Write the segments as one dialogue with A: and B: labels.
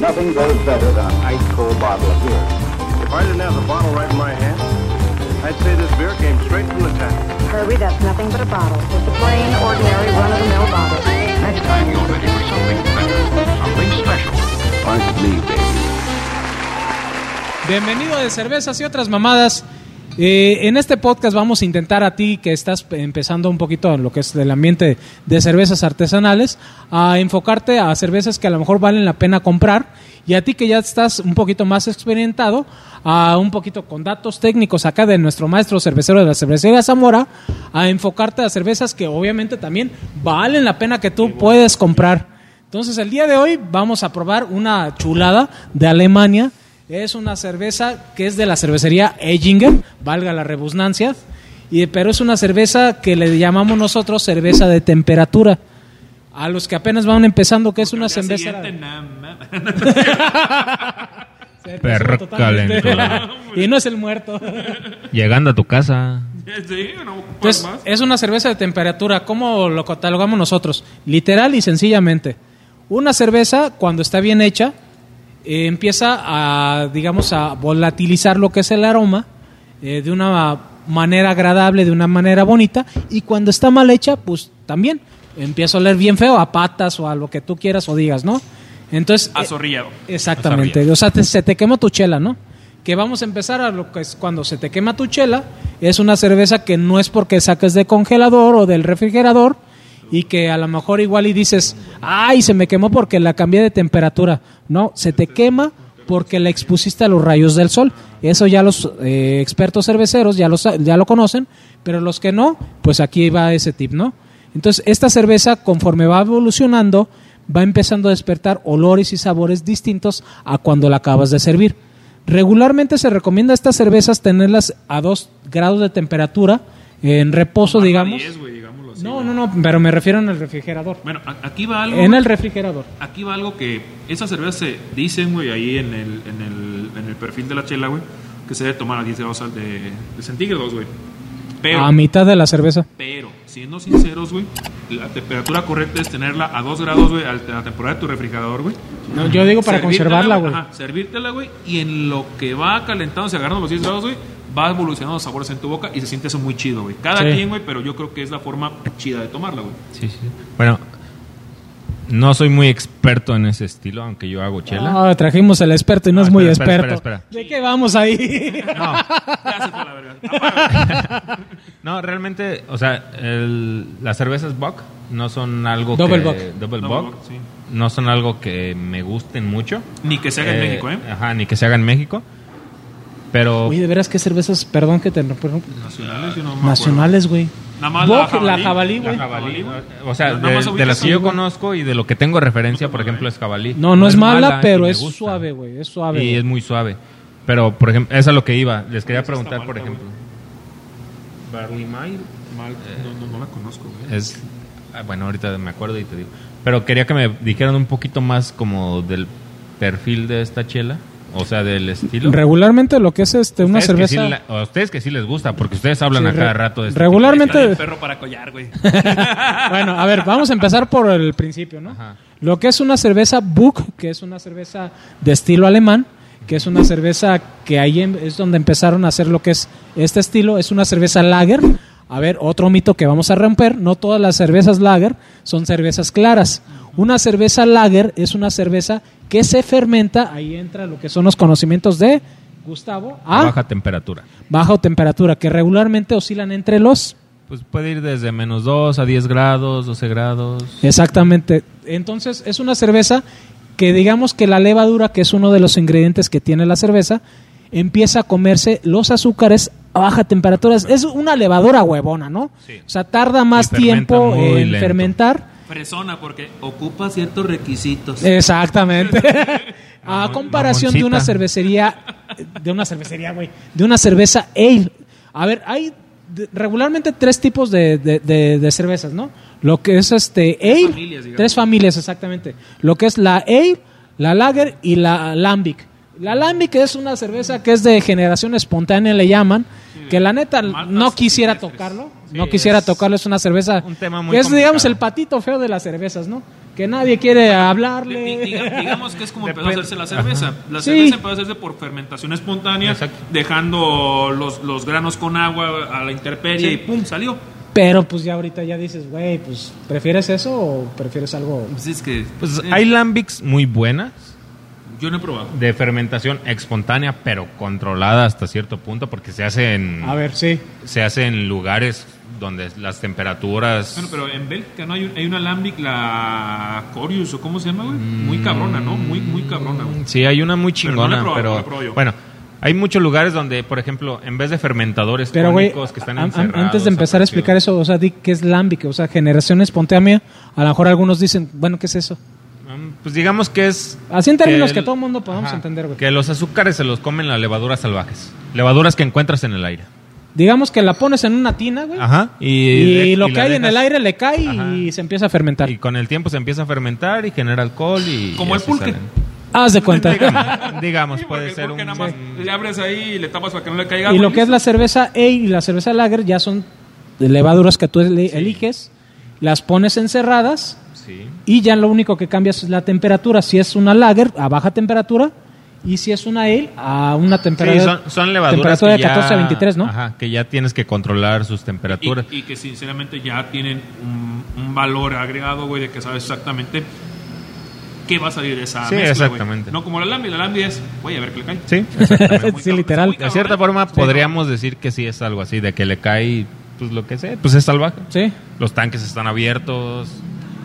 A: Nothing goes better than an ice cold bottle of beer.
B: If I didn't have the bottle right in my hand, I'd say this beer came straight from the tap.
C: Herbie, that's nothing but a bottle. It's a plain, ordinary, run-of-the-mill bottle.
D: Next time you're ready for something better, something special.
A: Aren't me, baby.
E: Bienvenido de cervezas y otras mamadas. Eh, en este podcast vamos a intentar a ti que estás empezando un poquito en lo que es el ambiente de cervezas artesanales, a enfocarte a cervezas que a lo mejor valen la pena comprar y a ti que ya estás un poquito más experimentado, a un poquito con datos técnicos acá de nuestro maestro cervecero de la cervecería Zamora, a enfocarte a cervezas que obviamente también valen la pena que tú puedes comprar. Entonces el día de hoy vamos a probar una chulada de Alemania. Es una cerveza que es de la cervecería Eyinger, valga la rebusnancia, y, pero es una cerveza que le llamamos nosotros cerveza de temperatura. A los que apenas van empezando, que es una cerveza... Se empezó
F: Perro
E: totalmente.
F: calentón.
E: y no es el muerto.
F: Llegando a tu casa.
G: Sí, no ocupas
E: Entonces,
G: más.
E: es una cerveza de temperatura. ¿Cómo lo catalogamos nosotros? Literal y sencillamente. Una cerveza, cuando está bien hecha, eh, empieza a, digamos, a volatilizar lo que es el aroma eh, de una manera agradable, de una manera bonita. Y cuando está mal hecha, pues también empieza a oler bien feo a patas o a lo que tú quieras o digas, ¿no? Entonces, eh,
G: Azorrillado.
E: Exactamente. O sea, te- se te quema tu chela, ¿no? Que vamos a empezar a lo que es cuando se te quema tu chela, es una cerveza que no es porque saques de congelador o del refrigerador y que a lo mejor igual y dices, ay, se me quemó porque la cambié de temperatura. No, se te quema porque la expusiste a los rayos del sol. Eso ya los eh, expertos cerveceros ya, lo sa- ya lo conocen, pero los que no, pues aquí va ese tip, ¿no? Entonces, esta cerveza, conforme va evolucionando, va empezando a despertar olores y sabores distintos a cuando la acabas de servir. Regularmente se recomienda a estas cervezas tenerlas a 2 grados de temperatura, en reposo,
G: Bajo
E: digamos.
G: 10, güey, pues digámoslo así,
E: No,
G: güey.
E: no, no, pero me refiero en el refrigerador.
G: Bueno, a- aquí va algo.
E: En el refrigerador.
G: Aquí va algo que esas cervezas se dicen, güey, ahí en el, en, el, en el perfil de la chela, güey, que se debe tomar a 10 grados al de, de centígrados, güey. Pero,
E: A mitad de la cerveza.
G: pero, siendo sinceros, güey, la temperatura correcta es tenerla a 2 grados, güey, a la temporada de tu refrigerador, güey.
E: No, yo digo para
G: Servírtela,
E: conservarla, güey.
G: Ajá, servírtela, güey, y en lo que va calentándose, agarrando los 10 grados, güey, va evolucionando los sabores en tu boca y se siente eso muy chido, güey. Cada
E: Sí.
G: quien, güey, pero yo creo que es la forma chida de tomarla, güey.
F: Sí, sí. Bueno, no soy muy experto en ese estilo, aunque yo hago chela.
E: Ah, trajimos el experto y no
F: Ah,
E: es muy
F: espera, espera,
E: experto.
F: espera,
E: ¿De qué vamos ahí?
G: Ya se fue la verga. Apaga, güey.
F: No, realmente, o sea, el- las cervezas Bock no son algo
E: Double
F: que...
E: Bock.
G: Double
F: Double Bock,
G: Bock, sí.
F: No son algo que me gusten mucho.
G: Ni que se haga en
F: Eh,
G: México, ¿eh?
F: Ajá, ni que se haga en México. Pero...
E: Oye, de veras, ¿qué cervezas? Perdón que te interrumpa.
G: Nacionales, yo no me acuerdo.
E: Nacionales, güey.
G: Nada más
E: Bock,
G: la jabalí.
F: la
E: güey.
F: jabalí,
G: Jabalí,
F: ¿no? o sea,
G: Nada
F: de,
G: más
F: de
G: ubicas
F: las que
G: una,
F: yo
G: güey.
F: conozco y de lo que tengo referencia, por ejemplo, es jabalí.
E: No, no, es mala,
F: y
E: pero
F: me
E: es
F: gusta.
E: suave, güey. Es suave.
F: Y
E: güey.
F: es muy suave. Pero, por ejemplo, es a lo que iba. Les quería preguntar, por
G: malta,
F: ejemplo. Barley Mile.
G: Mal- no, no, no la conozco, güey.
F: Es, ah, bueno, ahorita me acuerdo y te digo. Pero quería que me dijeran un poquito más como del perfil de esta chela. O sea, del estilo.
E: Regularmente lo que es este una
F: Ustedes que
E: cerveza.
F: sí la- a ustedes que sí les gusta, porque ustedes hablan
E: Sí,
F: a cada
E: re-
F: rato de este
E: regularmente-
G: Está bien, perro para collar, güey.
E: Bueno, a ver, vamos a empezar por el principio, ¿no?
F: Ajá.
E: Lo que es una cerveza Buck, que es una cerveza de estilo alemán, que es una cerveza que ahí em- es donde empezaron a hacer lo que es este estilo, es una cerveza lager. A ver, otro mito que vamos a romper, no todas las cervezas lager son cervezas claras. Una cerveza lager es una cerveza que se fermenta, ahí entra lo que son los conocimientos de Gustavo,
F: tipo.
E: a
F: Baja temperatura.
E: baja temperatura, que regularmente oscilan entre los
F: Pues puede ir desde menos 2 a 10 grados, 12 grados.
E: Exactamente. Entonces, es una cerveza que digamos que la levadura, que es uno de los ingredientes que tiene la cerveza, empieza a comerse los azúcares a baja temperatura. Es una levadura huevona, ¿no?
F: Sí.
E: O sea, tarda más
F: fermenta
E: tiempo
F: muy
E: en
F: lento.
E: fermentar.
G: Fresona, porque ocupa ciertos requisitos.
F: Eh,
E: Exactamente. a
F: Mamon-
E: comparación de una
F: mamoncita.
E: cervecería, de una cervecería, güey, de una cerveza ale. A ver, hay de- regularmente tres tipos de, de- de- de cervezas, ¿no? Lo que es este ale,
G: familias, digamos.
E: tres familias, exactamente. Lo que es la ale, la lager y la lambic. La lambic es una cerveza que es de generación espontánea, le llaman. que la neta
G: Maltas
E: no quisiera
G: silvestres.
E: tocarlo.
G: Sí,
E: no quisiera
G: es
E: tocarlo, es una cerveza.
F: un tema muy
E: es, digamos,
F: complicado.
E: el patito feo de las cervezas, ¿no? Que nadie quiere hablarle.
G: Di- di- diga- digamos que es como empezó a
F: Depende-
G: hacerse la cerveza. La
E: Sí.
G: cerveza empezó a hacerse por fermentación espontánea,
F: Exacto.
G: dejando los, los granos con agua a la intemperie
F: Sí.
G: y pum, salió.
E: Pero pues ya ahorita ya dices, güey, pues prefieres eso o prefieres algo.
G: Pues es que
F: Pues
G: eh,
F: hay lambics muy buenas
G: yo no he probado.
F: de fermentación espontánea, pero controlada hasta cierto punto, porque se hace en,
E: A ver, sí.
F: se hace en lugares donde las temperaturas...
G: Bueno, pero en Bélgica no hay, un- hay una alambic, la Corius o cómo se llama, güey. Muy cabrona, ¿no? Muy, muy cabrona, güey.
F: Mm, Sí, hay una muy
G: Pero no la he
F: chingona,
G: probado, no la
F: pero,
G: he probado yo.
F: bueno, hay muchos lugares donde, por ejemplo, en vez de fermentadores
E: Pero, güey,
F: cónicos que están
E: an- an-
F: encerrados,
E: antes de empezar a explicar eso, o sea, di que es lámbique, o sea, generación espontánea, a lo mejor algunos dicen, bueno, ¿qué es eso?
F: Mm, Pues digamos que es.
E: Así en términos que
F: el-
E: todo mundo podamos entender, güey.
F: Que los azúcares se los comen las levaduras salvajes. Levaduras que encuentras en el aire.
E: Digamos que la pones en una tina, güey,
F: Ajá. Y,
E: y,
F: de-
E: lo
F: y
E: que
F: la
E: hay en
F: dejas-
E: el aire le cae y
F: Ajá.
E: se empieza a fermentar.
F: Y con el tiempo se empieza a fermentar y genera alcohol y.
G: Como
F: y
G: el
F: así
G: pulque.
F: salen.
E: Haz de cuenta.
F: Digamos, digamos,
G: Sí, porque
F: puede ser
G: porque
F: un.
G: nada más
F: un-
G: le abres ahí y le tapas para que no le caiga.
E: y
G: güey,
E: lo que es la cerveza Ale y la cerveza Lager ya son levaduras que tú ele- eliges, las pones encerradas
F: Sí.
E: y ya lo único que cambias es la temperatura. Si es una Lager, a baja temperatura. Y si es una ale, a una
F: Sí,
E: temperatura,
F: son, son levaduras.
E: temperatura
F: que
E: de 14
F: ya-
E: a 23, ¿no?
F: Ajá, que ya tienes que controlar sus
G: Y,
F: temperaturas.
G: y que sinceramente ya tienen un, un valor agregado, güey, de que sabes exactamente qué va a salir de esa
F: Sí,
G: mezcla, güey.
F: exactamente.
G: No como la Lambi, la Lambi es, güey, a ver qué le cae.
F: Sí,
G: Muy
E: sí,
G: cabrón,
E: literal.
G: muy
F: De
G: cabrón,
F: cierta
G: ¿eh?
F: forma
G: Sí,
F: podríamos decir que sí es algo así, de que le cae, pues lo que sea, pues es salvaje.
E: Sí.
F: Los tanques están abiertos.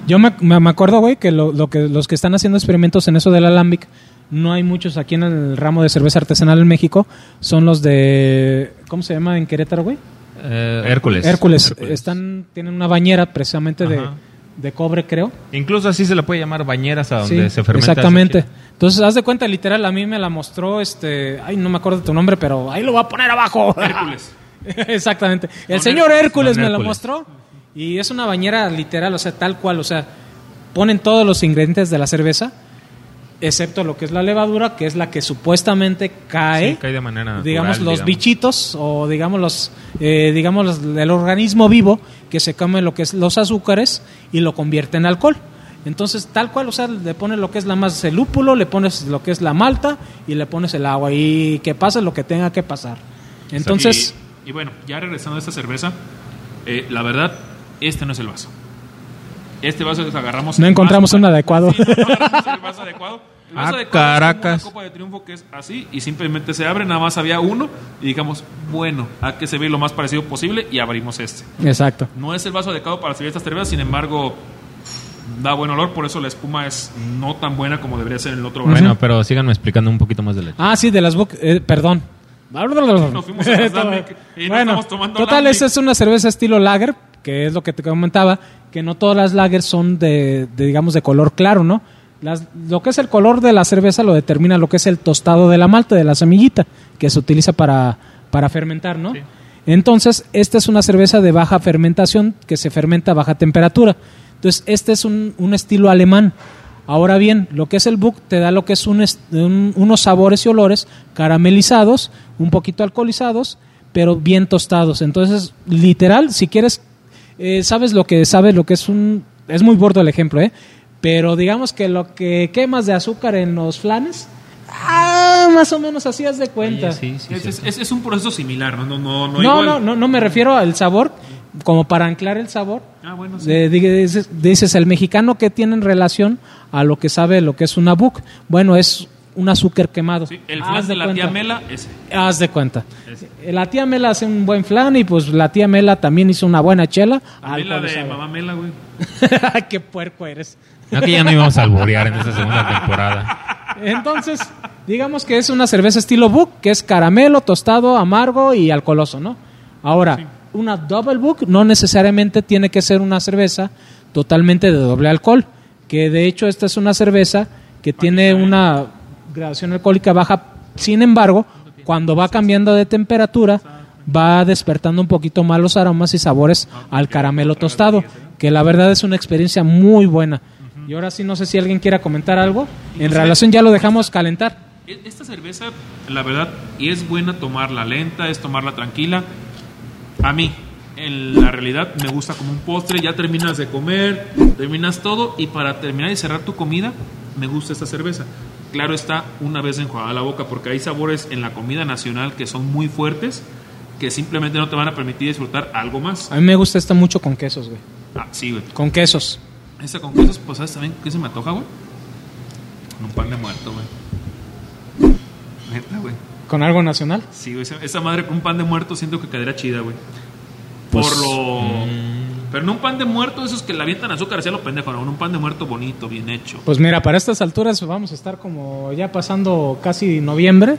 E: Yo me, me- me acuerdo, güey, que, lo, lo que los que están haciendo experimentos en eso del alambic, no hay muchos aquí en el ramo de cerveza artesanal en México, son los de... ¿Cómo se llama en Querétaro, güey?
F: Eh, Hércules.
E: Hércules. Están, tienen una bañera precisamente de,
F: Ajá.
E: de cobre, creo.
F: Incluso así se le puede llamar bañeras a donde
E: Sí,
F: se fermenta.
E: Exactamente.
F: esa chela.
E: Entonces, haz de cuenta, literal, a mí me la mostró este... Ay, no me acuerdo tu nombre, pero ahí lo voy a poner abajo.
G: Hércules.
E: Exactamente. El
G: Don
E: señor
G: Hércules.
E: Hércules
F: Don
E: me lo
F: Hércules.
E: mostró. Y es una bañera literal, o sea, tal cual. O sea, ponen todos los ingredientes de la cerveza, excepto lo que es la levadura, que es la que supuestamente cae.
F: Sí, cae de manera
E: digamos,
F: natural,
E: los
F: digamos.
E: bichitos o digamos, los, eh, digamos los- el organismo vivo que se come lo que es los azúcares y lo convierte en alcohol. Entonces, tal cual, o sea, le pones lo que es la más el lúpulo, le pones lo que es la malta y le pones el agua y que pase lo que tenga que pasar. Entonces,
G: Y, y bueno, ya regresando a esta cerveza, eh, la verdad, este no es el vaso. Este vaso que agarramos.
E: No
G: el
E: encontramos
G: vaso-
E: un adecuado.
G: Sí, no, no agarramos el vaso adecuado. El vaso
F: Ah,
G: adecuado es como
F: caracas.
G: una copa de triunfo que es así y simplemente se abre. Nada más había uno y digamos, bueno, hay que servir lo más parecido posible y abrimos este.
E: exacto.
G: No es el vaso adecuado para servir estas cervezas, sin embargo, da buen olor. Por eso la espuma es no tan buena como debería ser en el otro vaso.
F: Bueno, pero síganme explicando un poquito más de la chela.
E: Ah, sí, de las Book, eh, perdón. Nos
G: fuimos a las Lambic y no
E: bueno,
G: estamos tomando
E: total,
G: Lambic.
E: esa es una cerveza estilo lager, que es lo que te comentaba, que no todas las lagers son de, de, digamos, de color claro, ¿no? Las- lo que es el color de la cerveza lo determina lo que es el tostado de la malta, de la semillita, que se utiliza para, para fermentar, ¿no? Entonces, esta es una cerveza de baja fermentación, que se fermenta a baja temperatura. Entonces, este es un, un estilo alemán. Ahora bien, lo que es el Book te da lo que es un est- un- unos sabores y olores caramelizados, un poquito alcoholizados, pero bien tostados. Entonces, literal, si quieres, eh, sabes lo que sabes lo que es un es muy bordo el ejemplo, ¿eh? Pero digamos que lo que quemas de azúcar en los flanes, ah, más o menos así haz de cuenta.
F: Oye, sí, sí,
G: Es,
F: sí.
G: es- es- es un proceso similar, ¿no? No, no, no,
E: No,
G: igual.
E: no, no, no me refiero al sabor como para anclar el sabor.
G: Ah, bueno, sí.
E: De- digue- dices, dices, el mexicano que tiene en relación a lo que sabe lo que es una buc. Bueno, es un azúcar quemado.
G: Sí, el
E: Haz
G: flan de la
E: cuenta.
G: tía Mela, ese.
E: Haz de cuenta. La tía Mela hace un buen flan y pues la tía Mela también hizo una buena chela.
G: Mela de
E: alcoholizada.
G: mamá Mela, güey.
E: Qué puerco eres.
F: No que ya no íbamos a alborear en esa segunda temporada.
E: Entonces, digamos que es una cerveza estilo Book, que es caramelo, tostado, amargo y alcoholoso, ¿no? Ahora, una Double Book no necesariamente tiene que ser una cerveza totalmente de doble alcohol, que de hecho esta es una cerveza que tiene una graduación alcohólica baja, sin embargo, cuando va cambiando de temperatura, va despertando un poquito más los aromas y sabores al caramelo tostado, que la verdad es una experiencia muy buena. Y ahora sí, no sé si alguien quiera comentar algo. En relación ya lo dejamos calentar.
G: E- Esta cerveza, la verdad, y es buena tomarla lenta, es tomarla tranquila. A mí, en la realidad, me gusta como un postre. Ya terminas de comer, terminas todo y para terminar y cerrar tu comida, me gusta esta cerveza. Claro está, una vez enjuagada la boca, porque hay sabores en la comida nacional que son muy fuertes, que simplemente no te van a permitir disfrutar algo más.
E: A mí me gusta esta mucho con quesos, güey.
G: Ah, sí, güey.
E: Con quesos.
G: Esta con quesos, pues, ¿sabes también qué se me antoja, güey? Un pan de muerto, güey. Neta, güey.
E: Con algo nacional.
G: Sí, güey. esa- Esa madre con un pan de muerto siento que quedaría chida, güey.
E: Pues,
G: Por lo.
F: mm.
G: Pero no un pan de muerto, esos que le avientan azúcar hacia lo pendejo, no. Un pan de muerto bonito, bien hecho.
E: Pues mira, para estas alturas vamos a estar como ya pasando casi noviembre.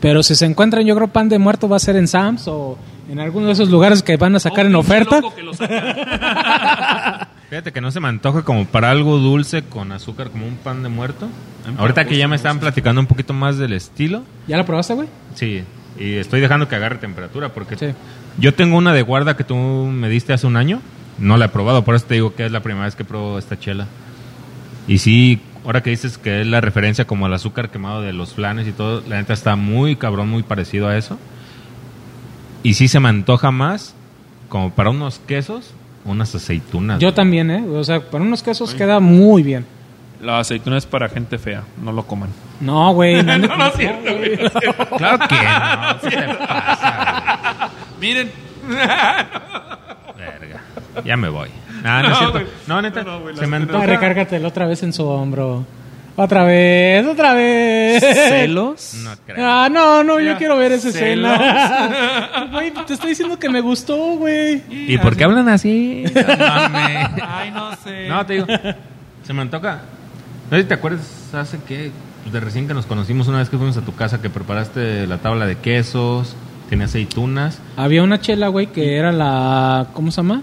E: Pero si se encuentran, yo creo pan de muerto va a ser en Sam's o en alguno de esos lugares que van a sacar
G: Oh,
E: en
G: pinche
E: oferta.
G: loco que lo saca.
F: Fíjate que no se me antoja como para algo dulce con azúcar, como un pan de muerto.
G: mí
F: Ahorita
G: me
F: que
G: gusta,
F: ya
G: me
F: me estaban platicando un poquito más del estilo,
E: ¿Ya la probaste, güey?
F: sí, y estoy dejando que agarre temperatura porque
E: Sí.
F: yo tengo una de guarda que tú me diste hace un año, no la he probado, por eso te digo que es la primera vez que pruebo esta chela. Y sí, ahora que dices que es la referencia como al azúcar quemado de los flanes y todo, la neta está muy cabrón, muy parecido a eso. Y sí se me antoja más como para unos quesos, unas aceitunas.
E: Yo también, ¿eh? O sea, para unos quesos queda muy bien.
G: La aceituna es para gente fea, no lo coman.
E: No, güey. no, no,
G: Ah,
E: no, güey.
F: Claro que no. ¿qué te pasa?
G: Miren,
F: Verga. Ya me voy. Nah, no, es cierto.
G: güey.
F: No, neta.
G: No, no, güey,
F: se me
E: Ah,
F: antoja.
E: recárgatelo otra vez en su hombro. Otra vez, otra vez.
G: ¿Celos?
F: No creo.
E: Ah, no, no, yo
G: Mira,
E: quiero ver esa
G: celos.
E: escena. Güey, te estoy diciendo que me gustó, güey.
F: ¿Y por qué hablan así? No mames.
G: Ay, no sé.
F: No, te digo. Se me antoja. No sé si te acuerdas hace que de recién que nos conocimos una vez que fuimos a tu casa que preparaste la tabla de quesos, tenía aceitunas.
E: Había una chela, güey, que era la. ¿Cómo se llama?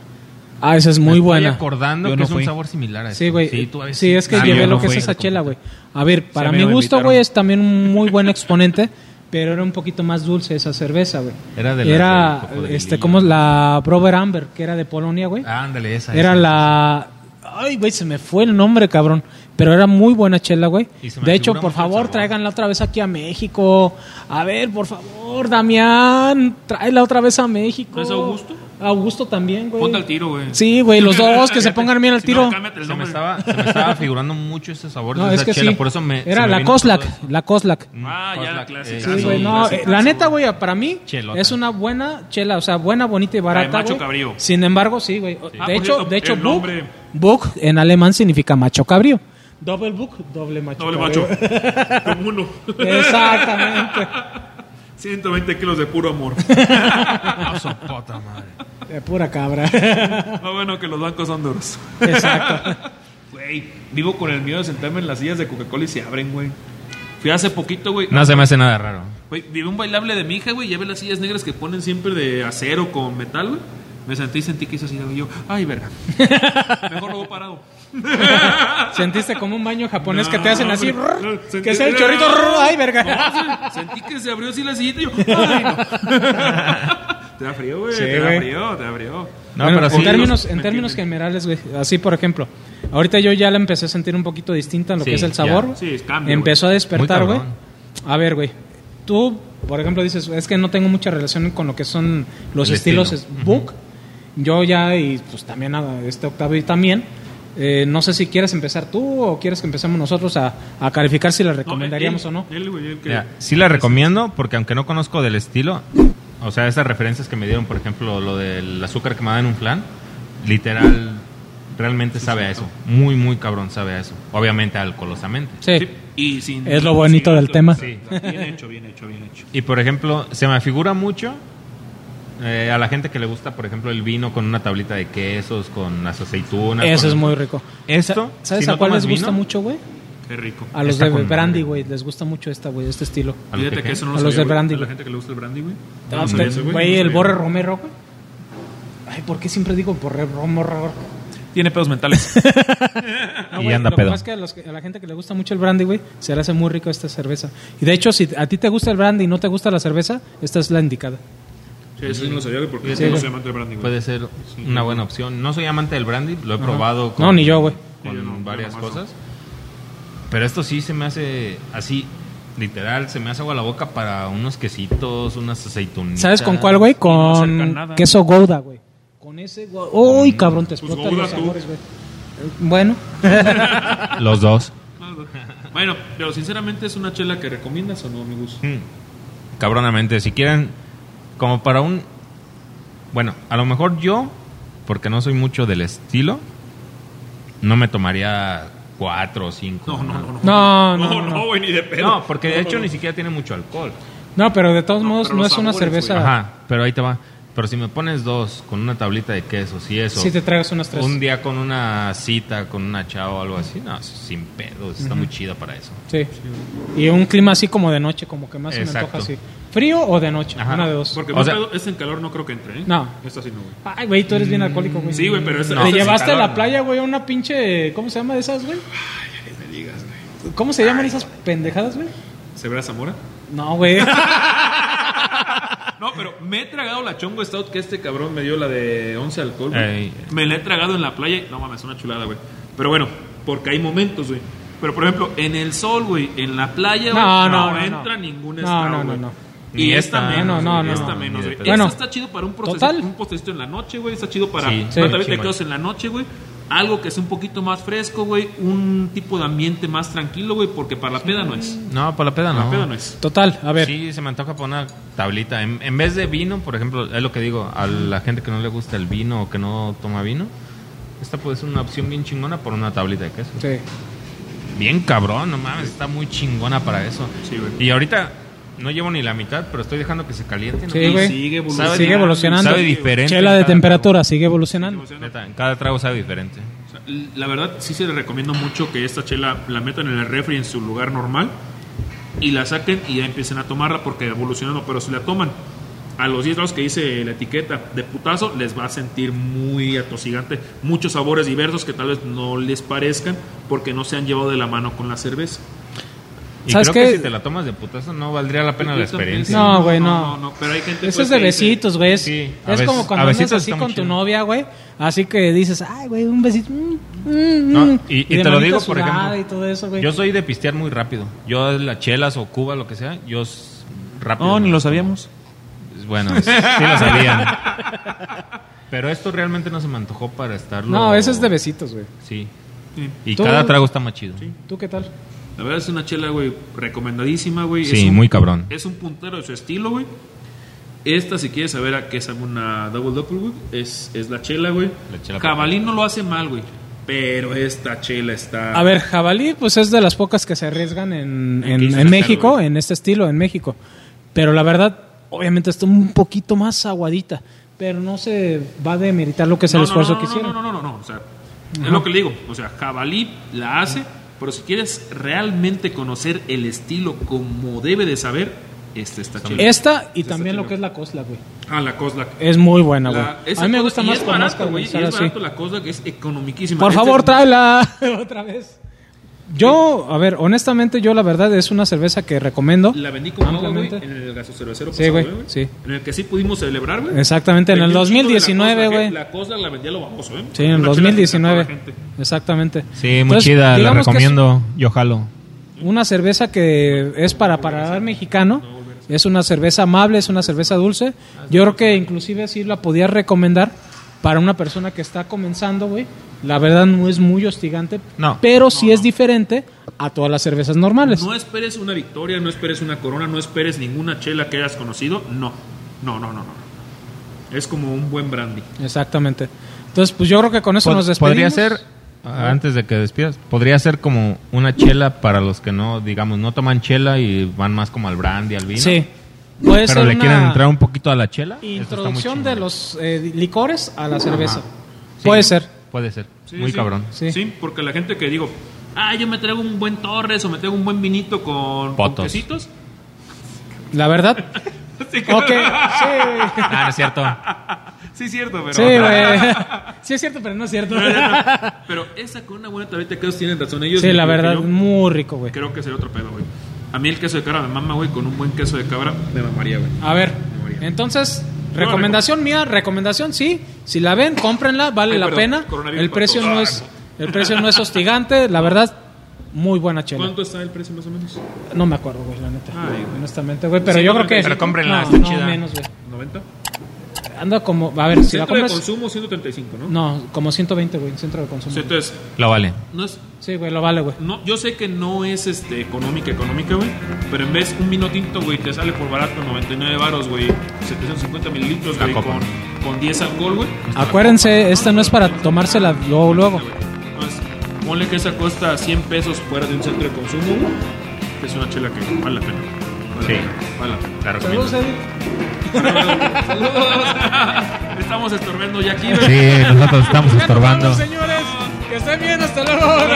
E: Ah, esa es muy
F: Me
E: buena.
F: Estoy acordando
H: Yo
F: que
H: no
F: es un
H: fui.
F: sabor similar a eso.
E: Sí, güey. Sí,
F: tú a veces-
E: es que
F: Ah,
E: llevé
F: yo
E: lo
F: no
E: que es
F: fui.
E: esa chela, güey. A ver, para
H: a mí
E: mi
H: no me
E: gusto,
H: invitaron.
E: güey, es también un muy buen exponente, pero era un poquito más dulce esa cerveza, güey.
F: Era de las del
E: Era,
F: cocodrilillo.
E: este, como la Brover Amber, que era de Polonia, güey.
F: Ah, ándale, esa.
E: Era
F: esa.
E: la. Ay, güey, se me fue el nombre, cabrón. Pero era muy buena chela, güey.
F: Y se me
E: De hecho,
F: figura
E: por
F: mucho el
E: favor,
F: sabor.
E: tráiganla otra vez aquí a México. A ver, por favor, Damián, tráela otra vez a México.
G: ¿No es Augusto?
E: Augusto también, güey.
G: Ponte al tiro, güey.
E: Sí, güey, los dos que se pongan bien al
G: Si
E: tiro.
G: No, cámbiate el
F: Se me,
G: nombre.
F: estaba, se me estaba figurando mucho ese sabor
E: No,
F: de
E: es
F: esa
E: que
F: chela,
E: sí.
F: por eso me... se
E: Era
F: me
E: la
F: vino todo
E: Coslac,
F: eso.
E: la Coslac.
G: Ah, ya, la
F: Coslac,
G: clásica.
F: eh,
E: Sí, güey,
G: sí,
E: no,
G: sí,
E: eh,
G: sí,
E: la
G: sí,
E: neta,
G: güey.
E: güey, para mí
F: Chelota.
E: es una buena chela, o sea, buena, bonita y barata.
G: macho
E: güey.
G: cabrío.
E: Sin embargo, sí, güey.
G: Ah,
E: de,
G: por
E: hecho,
G: cierto,
E: de hecho,
G: el
E: Buck,
G: nombre-
E: Buck en alemán significa macho cabrío. Double Buck, doble macho.
G: Doble macho.
E: cabrío.
G: Como uno.
E: Exactamente.
G: 120 kilos de puro amor.
F: Ah, su puta madre.
E: De pura cabra.
G: No, Ah, bueno, que los bancos son duros.
E: Exacto.
G: Güey, vivo con el miedo de sentarme en las sillas de Coca-Cola y se abren, güey. Fui hace poquito, güey.
F: No se me hace nada raro.
G: Güey, viví un bailable de mi hija, güey. Ya ve las sillas negras que ponen siempre de acero con metal, güey. Me senté y sentí que hizo así, güey. Yo, ay, verga. Mejor luego parado.
E: Sentiste como un baño japonés que te
G: No,
E: hacen así,
G: hombre.
E: brrr,
G: No, sentí-
E: que es el chorrito, brrr, ay, verga.
G: No, se- sentí que se abrió así la sillita y yo, ay, no. te da frío, güey.
E: Sí,
G: te da
E: güey.
G: frío, te da frío.
F: No,
E: Bueno,
F: pero
E: en
F: sí.
E: términos,
G: ¿me
E: en términos
G: entiendes?
E: generales, güey, así por ejemplo, ahorita yo ya la empecé a sentir un poquito distinta en lo
F: Sí,
E: que es el
F: ya.
E: sabor. güey.
G: Sí, es cambio,
E: Empezó a despertar,
F: Muy
E: güey.
F: cabrón.
E: A ver, güey, tú, por ejemplo, dices, es que no tengo mucha relación con lo que son los
F: El
E: estilos
F: estilo.
E: es- book. Yo ya, y pues también ah, este Octavio también. Eh, no sé si quieres empezar tú o quieres que empecemos nosotros a, a calificar si la
G: eh,
E: recomendaríamos
G: él-
E: o no.
G: él, güey, él que-
F: Mira, sí la recomiendo porque aunque no conozco del estilo, o sea, esas referencias que me dieron, por ejemplo, lo del azúcar quemada en un flan, literal, realmente sabe a eso. Muy, muy cabrón sabe a eso. Obviamente alcoholosamente.
E: Sí.
G: Sí, y sin-
E: Es lo bonito
G: sin
E: del
G: gato.
E: tema.
G: Sí, Bien hecho, bien hecho, bien hecho.
F: Y por ejemplo, se me figura mucho eh, a la gente que le gusta, por ejemplo, el vino con una tablita de quesos, con las aceitunas.
E: Eso
F: con-
E: es muy rico.
F: Esto,
E: ¿Sabes
F: si no
E: a cuál
F: tomas
E: les gusta
F: vino,
E: mucho, güey?
G: Qué rico.
E: A los
F: Está
E: de
F: con
E: brandy,
F: madre.
E: güey, les gusta mucho esta, güey, este estilo.
F: ¿A los
G: Fíjate
F: que
G: que
F: qué?
G: eso no
E: Ah, A
G: lo
E: los
G: sabía,
E: de
G: güey.
E: brandy,
G: A la
E: güey.
G: gente que le gusta el brandy, pues güey.
E: Ah,
G: No sabía
E: usted-
G: eso,
E: Güey,
G: no
E: el
G: sabía.
E: Borre Romero, güey. Ay, ¿por qué siempre digo Borre Romero?
G: Tiene pedos mentales.
E: No,
F: Y
E: güey,
F: anda
E: lo que
F: pedo.
E: pasa es que a, los que- a la gente que le gusta mucho el brandy, güey, se le hace muy rico esta cerveza. Y de hecho, si a ti te gusta el brandy y no te gusta la cerveza, esta es la indicada.
G: Sí, eso sí no lo sabía, güey, porque
E: Sí,
G: no
E: güey.
G: soy amante del brandy, güey.
F: Puede ser una buena opción. No soy amante del brandy, lo he probado.
E: No, ni yo, güey.
F: Con
G: Sí, yo no,
F: varias
G: yo nomás no.
F: cosas. Pero esto sí se me hace así. Literal, se me hace agua la boca para unos quesitos, unas aceitunitas.
E: ¿Sabes con cuál, güey?
G: no
E: Con
G: acercan nada.
E: queso Gouda, güey. Con ese, güey. Uy, cabrón, te
G: Pues
E: explotan
G: Gouda
E: los
G: tú.
E: sabores, güey. Eh, Bueno,
F: Los dos.
G: Bueno, pero sinceramente es una chela que recomiendas o no, amigos.
F: Mm. Cabronamente, si quieren, como para un... Bueno, a lo mejor yo, porque no soy mucho del estilo, no me tomaría cuatro o cinco.
G: No, no, no.
E: No, no,
G: No,
E: no.
G: no, güey, ni de pedo.
F: No, porque de
G: No,
F: hecho
G: no, no.
F: ni siquiera tiene mucho alcohol.
E: no, pero de todos
G: No,
E: modos
G: pero
E: no es
G: los
E: una
G: sabores,
E: cerveza.
F: Ajá, pero ahí te va. Pero si me pones dos con una tablita de quesos y eso,
E: Si te traes unas tres.
F: un día con una cita, con una chava o algo así, no, sin pedo, está muy chida para eso.
E: Sí. Y un clima así como de noche, como que más se me
F: Exacto.
E: antoja así. ¿Frío o de noche?
F: Ajá.
E: Una de dos.
G: Porque
F: O
G: un
F: sea-
G: pedo es en calor, no creo que entre, ¿eh?
E: No.
G: Esta sí no, güey.
E: Ay, güey, tú eres bien alcohólico, güey.
G: Sí, güey, pero ese-
F: No.
E: Te
G: ese es
E: llevaste
G: sin
E: a
G: calor,
E: la playa, güey, una pinche. ¿Cómo se llama de esas, güey? ¿Cómo se llaman esas pendejadas, güey?
G: ¿Se verá Zamora?
E: No, güey.
G: No, pero me he tragado la chongo stout que este cabrón me dio la de 11 alcohol. güey.
F: Ey.
G: Me la he tragado en la playa. y- No mames, una chulada, güey. Pero bueno, porque hay momentos, güey. Pero por ejemplo, en el sol, güey, en la playa, güey,
E: No,
G: no,
E: no, no,
G: entra
E: no.
G: ningún
E: No,
G: estado,
E: no, no,
G: güey.
E: no.
G: Y
F: Ni
G: esta
F: esta,
G: menos,
E: no,
G: güey,
E: no,
G: esta
E: no,
G: menos,
F: ni de
G: güey.
F: pedo.
E: Bueno.
G: Esta está chido para un proceso,
E: Total.
G: un postecito en la noche, güey. Está chido para,
F: Sí,
G: pero también
F: sí,
G: te quedas en la noche, güey. Algo que es un poquito más fresco, güey. Un tipo de ambiente más tranquilo, güey, porque para la peda no es.
F: No, para la peda no.
G: Para la peda no es.
E: Total, a ver.
F: Sí, se me antoja poner una tablita. En, en vez de vino, por ejemplo, es lo que digo, a la gente que no le gusta el vino o que no toma vino, esta puede ser una opción bien chingona por una tablita de queso.
E: Sí.
F: Bien cabrón, no mames, está muy chingona para eso.
G: Sí, güey.
F: Y ahorita no llevo ni la mitad, pero estoy dejando que se caliente. ¿no?
E: Sí,
G: Y
E: güey.
G: sigue evolucionando.
F: Sabe-
E: Sigue evolucionando.
F: Sabe diferente.
E: Chela de
F: Cada-
E: temperatura, sigue evolucionando.
F: Neta, en cada trago sabe diferente.
G: O sea, La verdad, sí se les recomiendo mucho que esta chela la metan en el refri en su lugar normal y la saquen y ya empiecen a tomarla porque evolucionando, pero si la toman a los 10 grados que dice la etiqueta de putazo, les va a sentir muy atosigante. Muchos sabores diversos que tal vez no les parezcan porque no se han llevado de la mano con la cerveza.
F: Y
E: ¿Sabes
F: creo que
E: qué?
F: si te la tomas de putazo no valdría la pena la experiencia.
E: No, güey, no.
G: pero hay gente
E: Eso
G: pues,
E: es de
G: que dice,
E: besitos, güey. Es,
F: Sí, a
E: es
F: veces-
E: como
F: a
E: cuando
F: veces
E: andas así
F: está muy
E: con tu
F: chido.
E: novia, güey. Así que dices, ay, güey, un besito. mm, mm,
F: No,
E: mm",
F: y- y
E: de
F: te lo
E: manita
F: digo, por
E: sudada
F: ejemplo,
E: Y todo eso, güey.
F: Yo soy de pistear muy rápido. Yo las chelas o Cuba, lo que sea, yo s- rápido.
G: No,
F: me
G: ni
F: las
G: lo
F: tomo.
G: sabíamos.
F: Es Bueno, es- sí lo sabían. Pero esto realmente no se me antojó para estarlo.
E: No, eso es de besitos, güey.
F: Sí.
G: Sí.
F: Y
E: Tú-
F: cada trago está más chido. Sí,
E: ¿Tú qué tal?
G: La verdad es una chela, güey, recomendadísima, güey. Es un-
F: muy cabrón.
G: Es un puntero de su estilo, güey. Esta, si quieres saber a qué es una Double Double, güey, es, es la chela, güey.
F: La chela
G: Cabalín no lo hace mal, güey. Pero esta chela está...
E: A ver, jabalí, pues es de las pocas que se arriesgan en,
G: En
E: en-
G: 15
E: en
G: de
E: México,
G: cero, güey.
E: en este estilo, en México. Pero la verdad, obviamente está un poquito más aguadita. Pero no se va a demeritar lo que es
G: No,
E: el
G: no,
E: esfuerzo
G: no,
E: que
G: no,
E: hicieron.
G: No, no, no, no, no, o sea, es lo que le digo. O sea, Jabalí la hace, pero si quieres realmente conocer el estilo como debe de saber, esta está chela.
E: Esta y
G: Esta
E: también lo
G: chela.
E: que es la cosla, güey.
G: Ah, la Cosla.
E: Es muy buena, güey.
G: La- esa
E: A mí me
G: Cosla-
E: gusta
G: y
E: más
G: es
E: con más
G: barato, güey, y es
E: carbonizada, sí.
G: barato la Cosla, que es economiquísima.
E: Por
G: Esta
E: favor,
G: es muy-
E: tráela otra vez. Yo, a ver, honestamente, yo la verdad es una cerveza que recomiendo.
G: La vendí como agua, güey,
E: ampliamente.
G: en el gaso cervecero.
E: Sí,
G: pasado,
E: güey,
G: güey.
E: sí.
G: En el que sí pudimos celebrar, güey.
E: Exactamente, en el
G: Vendí un chingo de la
E: 2019,
G: Cosla,
E: güey.
G: que La cosa la vendí a lo baboso, ¿eh?
E: Sí, en el
G: Una chela que encantó a la
E: 2019.
G: gente.
E: Exactamente.
F: muy
E: Entonces,
F: chida, la
E: digamos que es
F: recomiendo. Yo jalo.
E: Una cerveza que es para paladar mexicano. Es una cerveza amable, es una cerveza dulce. Yo creo que inclusive sí la podía recomendar para una persona que está comenzando, güey. La verdad no es muy hostigante,
F: No.
E: pero sí es diferente a todas las cervezas normales.
G: No esperes una victoria, no esperes una corona, no esperes ninguna chela que hayas conocido. No, no, no, no, no. Es como un buen brandy.
E: Exactamente. Entonces, pues yo creo que con eso
F: Pod-
E: nos despedimos.
F: podría ser, ah, antes de que despidas, podría ser como una chela para los que no, digamos, no toman chela y van más como al brandy, al vino.
E: Sí. Puede
F: Pero
E: ser
F: le
E: una
F: quieren entrar un poquito a la chela. Esto está muy
E: introducción de
F: chingón.
E: los eh, licores a la cerveza.
F: Ajá. Sí,
E: Puede ser.
F: Puede ser.
G: Sí,
F: muy
G: sí.
F: cabrón.
E: Sí.
G: Sí. porque la gente que digo, ah, yo me traigo un buen Torres o me traigo un buen vinito con, con
F: Potos.
G: quesitos.
E: La verdad. ok, sí.
F: Ah, no es cierto.
G: Sí, cierto, pero.
E: Sí, güey. Sí es cierto, pero no es cierto.
G: Pero esa con una buena tableta de quesos tienen razón ellos.
E: Sí, la
G: mi querido
E: verdad,
G: Pino.
E: muy rico, güey.
G: Creo que sería otro pedo, güey. A mí el queso de cabra me mama, güey. Con un buen queso de cabra me mamaría, güey.
E: A ver, entonces, recomendación mía, recomendación sí. Si la ven, cómprenla, vale
G: Ay,
E: la
G: perdón,
E: pena.
G: coronavirus Ah,
E: El precio
G: para
E: no
G: todos.
E: es el precio no es hostigante, la verdad Muy buena chela.
G: ¿Cuánto está el precio más o menos?
E: No me acuerdo, güey, la neta.
G: Ay, güey.
E: Honestamente, güey. Pero
G: Sí,
E: yo
G: no,
E: creo que.
F: pero cómprenla,
E: no,
F: está
E: no,
F: chida.
E: menos, güey.
G: ¿90?
E: Anda como. A ver, si la
G: Centro de
E: compras.
G: consumo 135, ¿no?
E: No, como 120, güey, en centro de consumo.
G: Sí, entonces,
F: La vale.
G: no es,
E: Sí, güey, lo vale, güey.
G: no, yo sé que no es este, económica, económica, güey. Pero en vez un vino tinto, güey, te sale por barato 99 baros, güey. 750 mililitros,
F: La
G: güey,
F: copa.
G: con, con 10 alcohol, güey.
E: Acuérdense, esta no es para tomársela luego, luego.
G: Entonces, ponle que esa cuesta 100 pesos fuera de un centro de consumo, güey, que es una chela que vale la pena. Vale
F: Sí.
G: la pena, vale la pena.
F: La recomiendo.
G: Estamos estorbando ya aquí, güey.
F: Sí, nosotros estamos estorbando.
E: señores. Que estén bien, hasta luego.